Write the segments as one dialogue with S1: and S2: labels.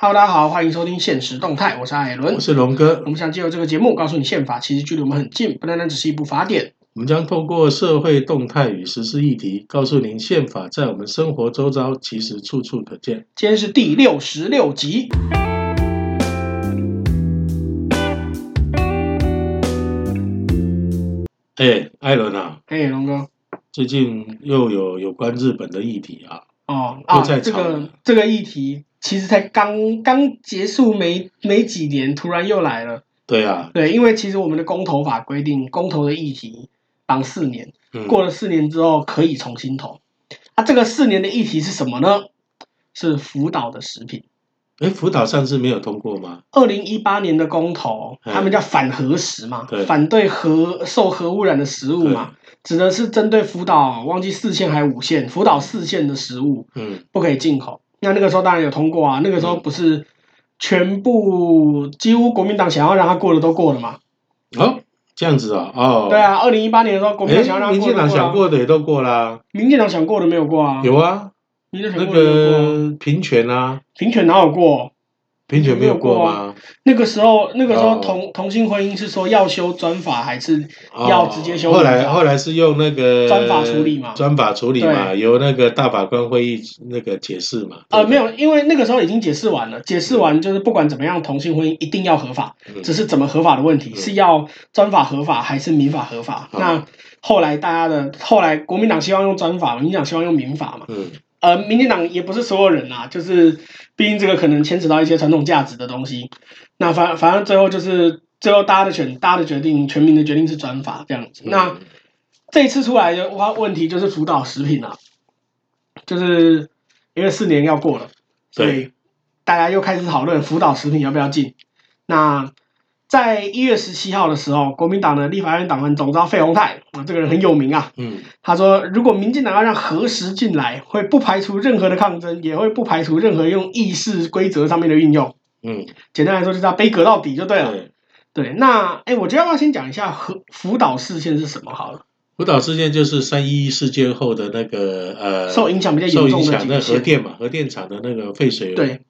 S1: Hello，大家好，欢迎收听《现实动态》，我是艾伦
S2: 我。是龙哥
S1: 我，们想借由这个节目，告诉你宪法其实距离我们很近，不单单只是一部法典。
S2: 我们将透过社会动态与实施议题，告诉您宪法在我们生活周遭其实处处可见。
S1: 今天是第六十六集。
S2: 哎，艾伦啊，
S1: 哎，龙哥，
S2: 最近又有有关日本的议题啊，
S1: 哦
S2: 又
S1: 啊，
S2: 在
S1: 这
S2: 吵了
S1: 个这个议题其实才刚刚结束没没几年，突然又来了。
S2: 对啊，
S1: 对，因为其实我们的公投法规定，公投的议题绑四年，
S2: 嗯，
S1: 过了四年之后可以重新投。啊，这个四年的议题是什么呢？是福岛的食品。
S2: 哎，福岛上次没有通过吗？
S1: 二零一八年的公投，
S2: 嗯
S1: 他们叫反核食嘛，
S2: 对
S1: 反对核受核污染的食物嘛，指的是针对福岛，忘记四县还是五县，福岛四县的食物
S2: 嗯，
S1: 不可以进口。那那个时候当然有通过啊，那个时候不是全部几乎国民党想要让它过的都过了嘛？
S2: 哦，这样子啊，哦，
S1: 对，啊，二零一八年的时候，国民党想要让它
S2: 哎，民
S1: 过
S2: 进
S1: 的
S2: 党
S1: 都
S2: 想
S1: 过了啊，
S2: 过的也都过啦，
S1: 民进党想过的没有过啊，
S2: 有啊，
S1: 民进党
S2: 那
S1: 想过的没有过啊，
S2: 个平权啊，
S1: 平权哪有过？
S2: 平权没有过吗？
S1: 那个时候，那个时候
S2: 哦
S1: 同同性婚姻是说要修专法还是
S2: 哦
S1: 要直接修
S2: 后
S1: 改
S2: 来后来是用那个
S1: 专法处理嘛
S2: 专法处理嘛，由那个大法官会议那个解释嘛。
S1: 呃，没
S2: 有，
S1: 有，因为那个时候已经解释完了，解释完就是不管怎么样，同性婚姻一定要合法，
S2: 嗯
S1: 只是怎么合法的问题，
S2: 嗯
S1: 是要专法合法还是民法合法？
S2: 嗯
S1: 那后来大家的后来，国民党希望用专法，民进党希望用民法嘛。
S2: 嗯，
S1: 呃，民进党也不是所有人啦、啊就是毕竟这个可能牵扯到一些传统价值的东西。那反反正最后就是最后大家的选，大家的决定，全民的决定是专法这样子。
S2: 嗯
S1: 那这一次出来的话，问题就是福岛食品啊，就是因为四年要过了，所以大家又开始讨论福岛食品要不要进。那在一月十七号的时候，国民党的立法院党团总召费鸿泰啊，这个人很有名啊。
S2: 嗯
S1: 他说，如果民进党要让核实进来，会不排除任何的抗争，也会不排除任何用议事规则上面的运用。
S2: 嗯，
S1: 简单来说，就是要杯葛到底就对啊了。
S2: 对，
S1: 对，那哎，我觉得要不要先讲一下核福岛事件是什么好了？
S2: 福岛事件就是三一一事件后的那个呃
S1: 受影响比较
S2: 受
S1: 严
S2: 影
S1: 重的
S2: 响
S1: 几个
S2: 那核
S1: 县。
S2: 电嘛，核电厂的那个废水，
S1: 对，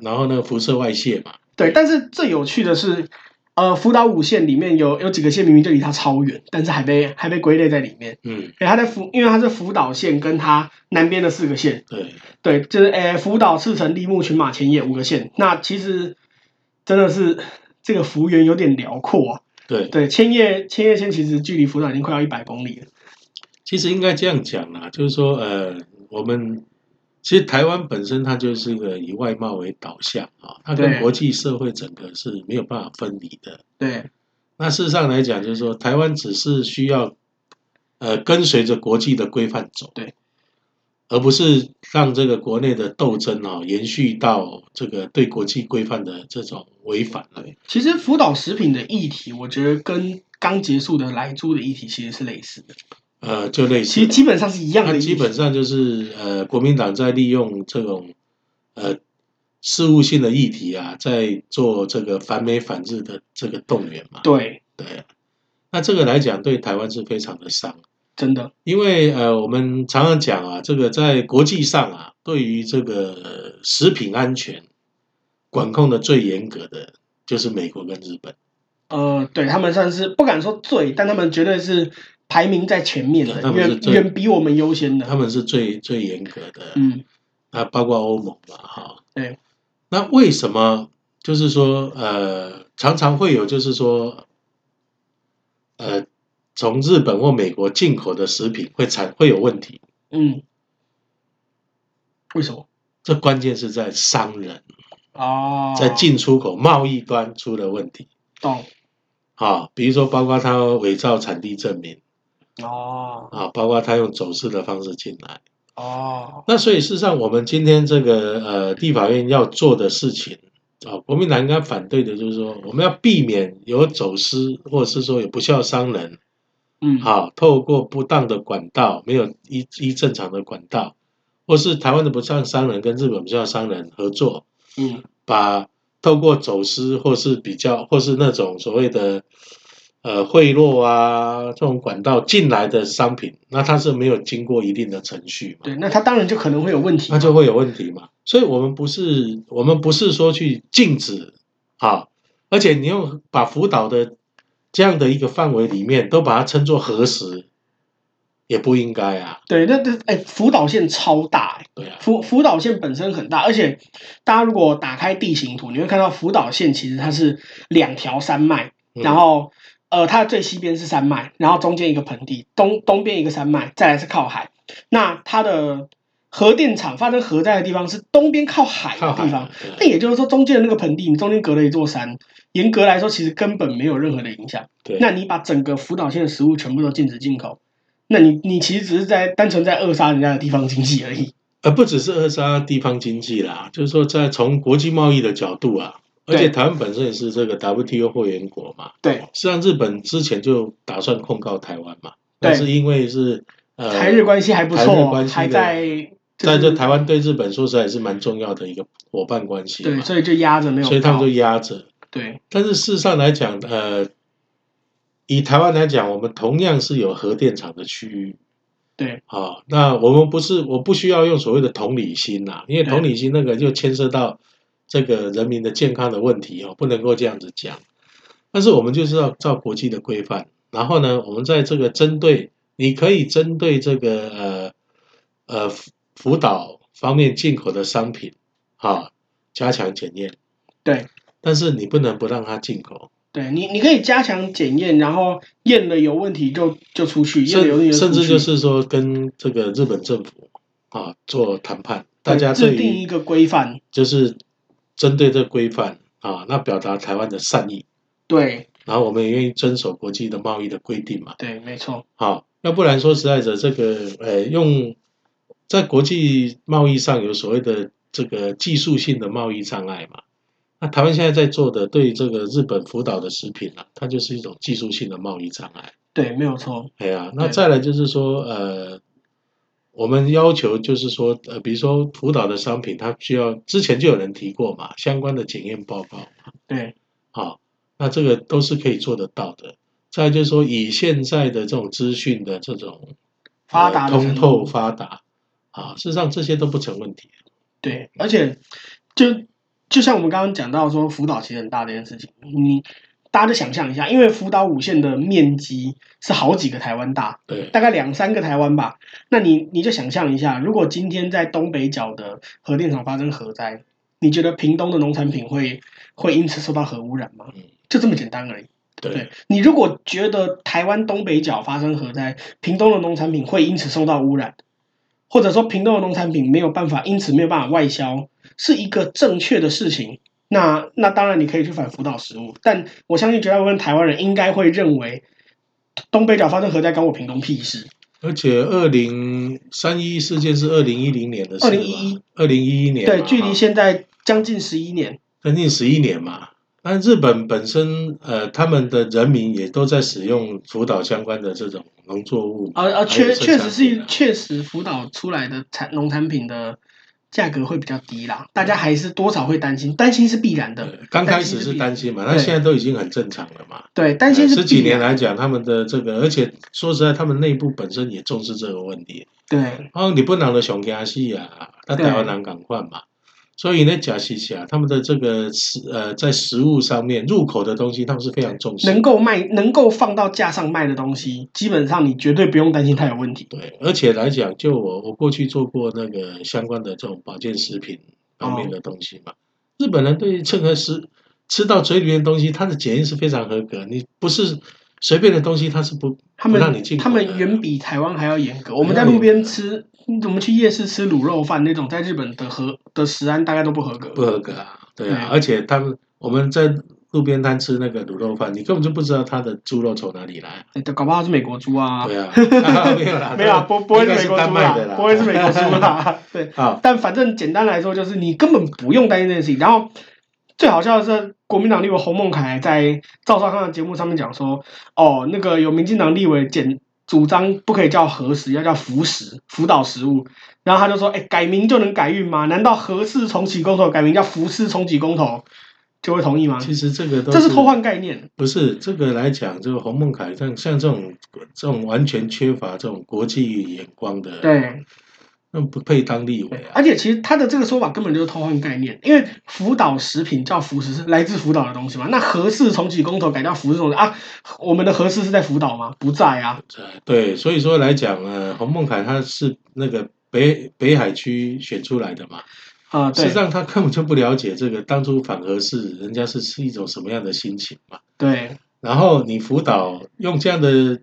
S2: 然后那个辐射外泄嘛，
S1: 对，但是最有趣的是，呃，福岛五县里面有有几个县明明就离它超远，但是还被还被归类在里面。
S2: 嗯，
S1: 哎，它在福，因为它是福岛县跟它南边的四个县，
S2: 对，
S1: 对，就是诶，福岛、赤城、立木、群马、前野五个县。那其实真的是这个幅员有点辽阔、啊。
S2: 对，
S1: 对，千叶千叶县其实距离福岛已经快要一百公里了。
S2: 其实应该这样讲啦，就是说呃，我们其实台湾本身它就是一个以外贸为导向啊，它
S1: 对
S2: 跟国际社会整个是没有办法分离的。
S1: 对
S2: 那事实上来讲，就是说台湾只是需要，呃，跟随着国际的规范走，
S1: 对，
S2: 而不是让这个国内的斗争哦延续到这个对国际规范的这种违反了。
S1: 对，其实福岛食品的议题，我觉得跟刚结束的莱猪的议题其实是类似的，
S2: 呃，就类似
S1: 其实基本上是一样的
S2: 它
S1: 议题。
S2: 基本上就是呃，国民党在利用这种呃事务性的议题啊，在做这个反美反日的这个动员嘛。
S1: 对，
S2: 对啊，那这个来讲对台湾是非常的伤。
S1: 真的
S2: 因为呃，我们常常讲啊，这个在国际上啊，对于这个呃食品安全管控的最严格的就是美国跟日本，
S1: 呃，对他们算是不敢说最，但他们绝对是排名在前面
S2: 对
S1: 的，
S2: 他们是
S1: 远
S2: 最
S1: 远比我们优先
S2: 他
S1: 的。
S2: 们是最最严格的。
S1: 嗯，
S2: 那包括欧盟嘛，哈。
S1: 对。
S2: 那为什么就是说呃，常常会有就是说呃，从日本或美国进口的食品会产会有问题？
S1: 嗯，为什么？
S2: 这关键是在商人
S1: 哦，
S2: 在进出口贸易端出了问题。
S1: 懂
S2: 啊，比如说包括他伪造产地证明
S1: 哦
S2: 啊，包括他用走私的方式进来。
S1: 哦，
S2: 那所以事实上，我们今天这个呃地法院要做的事情啊，国民党应该反对的就是说，我们要避免有走私或者是说有不孝商人
S1: 嗯，，
S2: 啊，透过不当的管道，没有依依正常的管道，或是台湾的不孝商人跟日本不孝商人合作，
S1: 嗯
S2: 把透过走私或是比较或是那种所谓的呃贿赂啊这种管道进来的商品，那它是没有经过一定的程序嘛，
S1: 对，那它当然就可能会有问题
S2: 那。就会有问题嘛。所以我们不是我们不是说去禁止啊，而且你用把辅导的这样的一个范围里面都把它称作核实，也不应该啊，
S1: 对，那那哎，福岛县超大、哎
S2: 对啊，
S1: 福福岛县本身很大，而且大家如果打开地形图，你会看到福岛县其实它是两条山脉，
S2: 嗯
S1: 然后呃，它的最西边是山脉，然后中间一个盆地，东东边一个山脉，再来是靠海。那它的核电厂发生核灾的地方是东边靠海
S2: 靠
S1: 的
S2: 海
S1: 地
S2: 啊
S1: 方，，
S2: 对啊
S1: 那也就是说中间的那个盆地，你中间隔了一座山，严格来说其实根本没有任何的影响。
S2: 对，
S1: 那你把整个福岛县的食物全部都禁止进口，那你你其实只是在单纯在扼杀人家的地方经济而已。
S2: 呃，不只是扼杀地方经济啦，就是说，在从国际贸易的角度啊，而
S1: 对
S2: 且台湾本身也是这个 WTO 会员国嘛，
S1: 对，
S2: 实际上日本之前就打算控告台湾嘛，但
S1: 对
S2: 是因为是呃，
S1: 台日关系还不
S2: 台日
S1: 错
S2: 关，系的
S1: 还在
S2: 在
S1: 就
S2: 这
S1: 是
S2: 台湾对日本说实在也是蛮重要的一个伙伴关系
S1: 对，
S2: 嘛，
S1: 所以就压着没有报，
S2: 所以他们就压着。
S1: 对
S2: 但是事实上来讲，呃，以台湾来讲，我们同样是有核电厂的区域，
S1: 对
S2: 啊、那我们不是，我不需要用所谓的同理心呐、因为同理心那个就牵涉到这个人民的健康的问题哦，不能够这样子讲。但是我们就是要照国际的规范，然后呢，我们在这个针对，你可以针对这个呃呃辅辅导方面进口的商品啊、加强检验，
S1: 对
S2: 但是你不能不让它进口，
S1: 对，你你可以加强检验，然后验了有问题就就出去，验了有问题
S2: 甚
S1: 就出
S2: 甚
S1: 去
S2: 至就是说跟这个日本政府啊、做谈判，大家
S1: 对
S2: 对
S1: 制
S2: 于
S1: 定一个规范，
S2: 就是针对这规范啊，那表达台湾的善意，
S1: 对
S2: 然后我们也愿意遵守国际的贸易的规定嘛，
S1: 对，没错，
S2: 啊，要不然说实在的，这个呃，用在国际贸易上有所谓的这个技术性的贸易障碍嘛，那台湾现在在做的对这个日本福岛的食品啊，它就是一种技术性的贸易障碍。
S1: 对，没有错，
S2: 哎呀，那
S1: 对啊
S2: 再来就是说，呃，我们要求就是说，呃，比如说辅导的商品，它需要之前就有人提过嘛，相关的检验报告
S1: 对
S2: 啊、那这个都是可以做得到的。再来就是说，以现在的这种资讯的这种
S1: 发达
S2: 呃
S1: 的程
S2: 通
S1: 度
S2: 透发达啊，事实上这些都不成问题。
S1: 对，而且就就像我们刚刚讲到说福岛其实很大的一件事情，你大家就想象一下，因为福岛五县的面积是好几个台湾大，
S2: 对
S1: 大概两三个台湾吧。那你你就想象一下，如果今天在东北角的核电厂发生核灾，你觉得屏东的农产品会会因此受到核污染吗
S2: 嗯？
S1: 就这么简单而已。
S2: 对
S1: 对你如果觉得台湾东北角发生核灾，屏东的农产品会因此受到污染，或者说屏东的农产品没有办法因此没有办法外销，是一个正确的事情。那那当然你可以去反辅导食物，但我相信绝大部分台湾人应该会认为东北角发生核灾关我屏东屁事。
S2: 而且二零三一事件是二零一零年的事
S1: 2011
S2: 嘛，二零一一年嘛，
S1: 对，距离
S2: 啊
S1: 现在将近十一年。
S2: 将近十一年嘛。那日本本身，呃，他们的人民也都在使用福岛相关的这种农作物嘛，
S1: 而而
S2: 还有
S1: 啊确
S2: 生
S1: 确
S2: 产
S1: 实
S2: 品
S1: 是
S2: 啊
S1: 确实辅导出来的产农产品的价格会比较低啦，大
S2: 嗯
S1: 家还是多少会担心，担心是必然
S2: 呃
S1: 的，
S2: 刚开始是担心嘛，那
S1: 对
S2: 现在都已经很正常了嘛。
S1: 对，担心
S2: 呃
S1: 是
S2: 十
S1: 必
S2: 几年
S1: 然
S2: 来讲，他们的这个，而且说实在，他们内部本身也重视这个问题。
S1: 对
S2: 哦，你不能的熊家系啊，那台湾人港换嘛。所以呢，假西西啊，他们的这个食呃，在食物上面入口的东西，他们是非常重视的。
S1: 能够卖能够放到架上卖的东西，基本上你绝对不用担心它有问题。
S2: 对，而且来讲，就我我过去做过那个相关的这种保健食品方
S1: 哦
S2: 面的东西嘛，日本人对任何食吃到嘴里面的东西，它的检验是非常合格，你不是随便的东西，它是不
S1: 他
S2: 不哦让你
S1: 们
S2: 进口
S1: 他
S2: 的哦
S1: 们远比台湾还要严格。我们在路边吃，我们去夜市吃卤肉饭那种，在日本的和的食安大概都不合
S2: 不
S1: 格。
S2: 合格啊，对啊，
S1: 对
S2: 而且他们我们在路边摊吃那个卤肉饭，你根本就不知道它的猪肉从哪里来，
S1: 哎搞不好是美国猪啊，
S2: 对 啊，没有啦，
S1: 没有啊，不不会
S2: 应
S1: 是
S2: 该
S1: 美
S2: 是
S1: 国
S2: 丹
S1: 猪
S2: 麦的啦，
S1: 啦，不会是美国猪 啦，对。
S2: 啊，
S1: 但反正简单来说，就是你根本不用担心这件事情。然后最好笑的是，国民党立委洪孟凯在赵少康的节目上面讲说，哦，那个有民进党立委简主张不可以叫核食，要叫福食，辅导食物。然后他就说，哎，改名就能改运吗？难道核氏重启公投改名叫福氏重启公投？就会同意吗？
S2: 其实这个都
S1: 这是偷换概念，
S2: 不是这个来讲，这个洪孟凯像像这种这种完全缺乏这种国际眼光的，，
S1: 对，
S2: 那不配当立委啊。
S1: 而且其实他的这个说法根本就是偷换概念，因为福岛食品叫福食是来自福岛的东西嘛，那核氏重启公投改叫福氏重启啊，我们的核氏是在福岛吗？不在啊，
S2: 对，所以说来讲呢，洪孟凯他是那个北北海区选出来的嘛，
S1: 啊、
S2: 事实
S1: 对
S2: 上他根本就不了解这个当初反核是人家是是一种什么样的心情嘛。
S1: 对
S2: 然后你辅导用这样的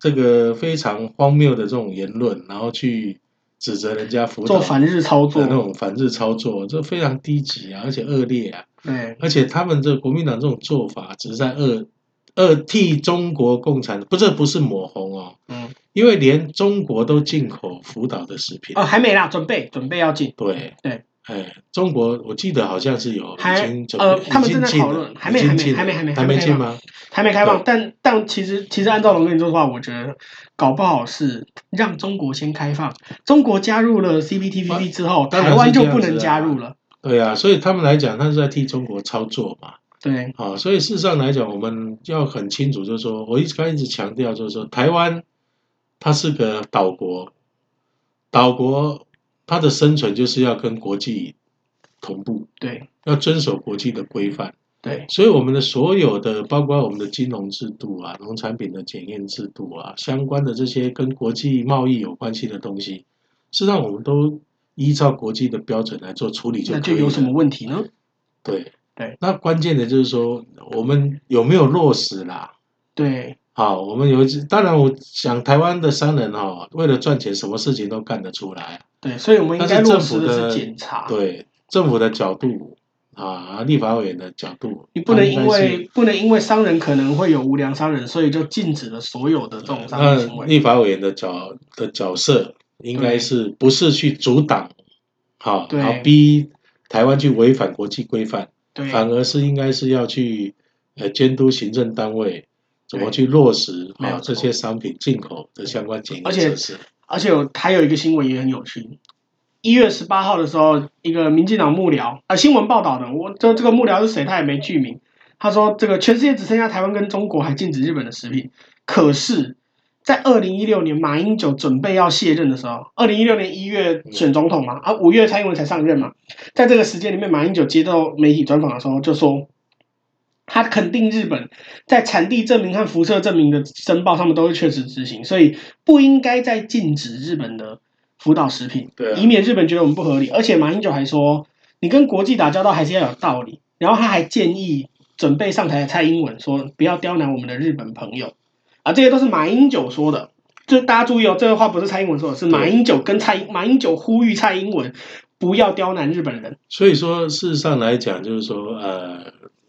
S2: 这个非常荒谬的这种言论，然后去指责人家辅导
S1: 做
S2: 的
S1: 反日操作
S2: 那，种反日操作，这非常低级啊，而且恶劣啊，
S1: 对
S2: 而且他们这国民党这种做法只是在恶恶替中国共产，不这不是抹红哦，
S1: 嗯
S2: 因为连中国都进口辅导的食品，
S1: 哦还没啦，准备准备要进，
S2: 对
S1: 对，
S2: 哎，中国我记得好像是有已
S1: 还
S2: 经准备
S1: 呃
S2: 已
S1: 他们
S2: 经
S1: 正在
S2: 进
S1: 讨
S2: 了
S1: 论
S2: 已
S1: 还没
S2: 经
S1: 还没
S2: 进
S1: 还没还没
S2: 了还
S1: 还
S2: 没
S1: 没
S2: 进
S1: 开
S2: 吗？
S1: 还没开放
S2: 对，
S1: 但但其实其实按照龙哥你说的话，我觉得搞不好是让中国先开放，中国加入了 CPTPP 之后，
S2: 啊当然
S1: 台湾就不
S2: 是这样
S1: 能
S2: 子啊
S1: 加入了。
S2: 对啊，所以他们来讲，他是在替中国操作嘛。
S1: 对
S2: 啊，所以事实上来讲，我们要很清楚，就是说，我一直刚一直强调，就是说，台湾它是个岛国，岛国它的生存就是要跟国际同步，
S1: 对
S2: 要遵守国际的规范。
S1: 对
S2: 所以我们的所有的，包括我们的金融制度啊、农产品的检验制度啊，相关的这些跟国际贸易有关系的东西，事实上我们都依照国际的标准来做处理就
S1: 那
S2: 可
S1: 就
S2: 以了。
S1: 有什么问题呢？
S2: 对
S1: 对，
S2: 那关键的就是说我们有没有落实啦？
S1: 对
S2: 好，我们有一次，当然我想台湾的商人哦，为了赚钱，什么事情都干得出来。
S1: 对，所以我们应该
S2: 但是
S1: 落
S2: 政
S1: 实
S2: 府
S1: 的
S2: 的
S1: 是检查，
S2: 对政府的角度啊，立法委员的角度，
S1: 你不能
S2: 他应
S1: 因
S2: 该是
S1: 为不能因为商人可能会有无良商人，所以就禁止了所有的这种商业行
S2: 那
S1: 为。
S2: 呃立法委员的角的角色，应该是不是去阻挡，好，
S1: 对
S2: 然后逼台湾去违反国际规范，
S1: 对
S2: 反而是应该是要去呃监督行政单位怎么
S1: 对
S2: 去落实
S1: 没有
S2: 啊
S1: 错
S2: 这些商品进口的相关检验
S1: 而且
S2: 措施。
S1: 而且有还有一个新闻也很有趣。一月十八号的时候，一个民进党幕僚啊、呃新闻报道的，我这这个幕僚是谁，他也没具名。他说，这个全世界只剩下台湾跟中国还禁止日本的食品。可是，在二零一六年马英九准备要卸任的时候，二零一六年一月选总统嘛，啊，五月蔡英文才上任嘛，在这个时间里面，马英九接到媒体专访的时候就说，他肯定日本在产地证明和辐射证明的申报，他们都是确实执行，所以不应该再禁止日本的福岛食品，
S2: 对啊
S1: 以免日本觉得我们不合理。而且马英九还说，你跟国际打交道还是要有道理。然后他还建议准备上台的蔡英文说，不要刁难我们的日本朋友啊，这些都是马英九说的。就大家注意哦，这个话不是蔡英文说的，是马英九跟蔡英马英九呼吁蔡英文不要刁难日本人。
S2: 所以说，事实上来讲，就是说，呃，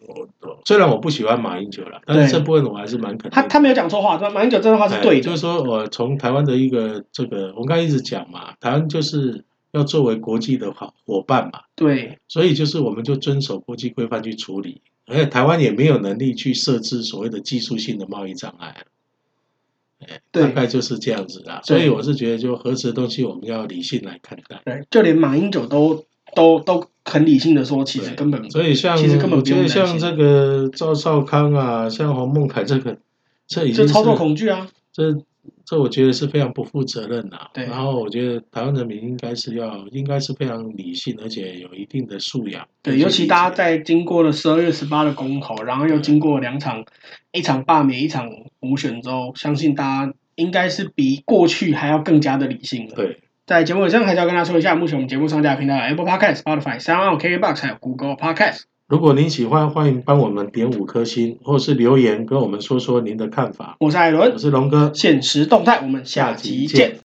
S2: 我我虽然我不喜欢马英九了，但是
S1: 对
S2: 这部分我还是蛮肯定
S1: 他
S2: 的。
S1: 他没有讲错话，对吧？马英九这段话是
S2: 哎
S1: 对
S2: 就
S1: 的，
S2: 是说我从台湾的一个这个，我刚才一直讲嘛，台湾就是要作为国际的好伙伴嘛，
S1: 对
S2: 所以就是我们就遵守国际规范去处理，而且台湾也没有能力去设置所谓的技术性的贸易障碍，哎，
S1: 对
S2: 大概就是这样子啦。
S1: 对
S2: 所以我是觉得，就核实的东西我们要理性来看待。
S1: 对，就连马英九都都都很理性的说，其实
S2: 对
S1: 根本
S2: 所以
S1: 嗯
S2: 像
S1: 其实根本
S2: 我
S1: 不
S2: 觉
S1: 用
S2: 得
S1: 担
S2: 像
S1: 心啊
S2: 这个赵少康啊，像黄孟凯这个，这已经
S1: 就是操作恐惧啊，
S2: 这这我觉得是非常不负责任呐、啊
S1: 对
S2: 然后我觉得台湾人民应该是要，应该是非常理性，而且有一定的素养。
S1: 对，尤其大家
S2: 在
S1: 在经过了十二月十八的公投，然后又经过两场一场罢免，一场补选之后，相信大家应该是比过去还要更加的理性了。
S2: 对
S1: 在节目尾声，还是要跟大家说一下，目前我们节目上架的平台有 Apple Podcast、Spotify、Sound、KKBox 还有 Google Podcast。
S2: 如果您喜欢，欢迎帮我们点五颗星，或是留言跟我们说说您的看法。
S1: 我是艾伦
S2: 我，是龙哥，
S1: 现实动态，我们下
S2: 下集
S1: 集
S2: 见
S1: 见。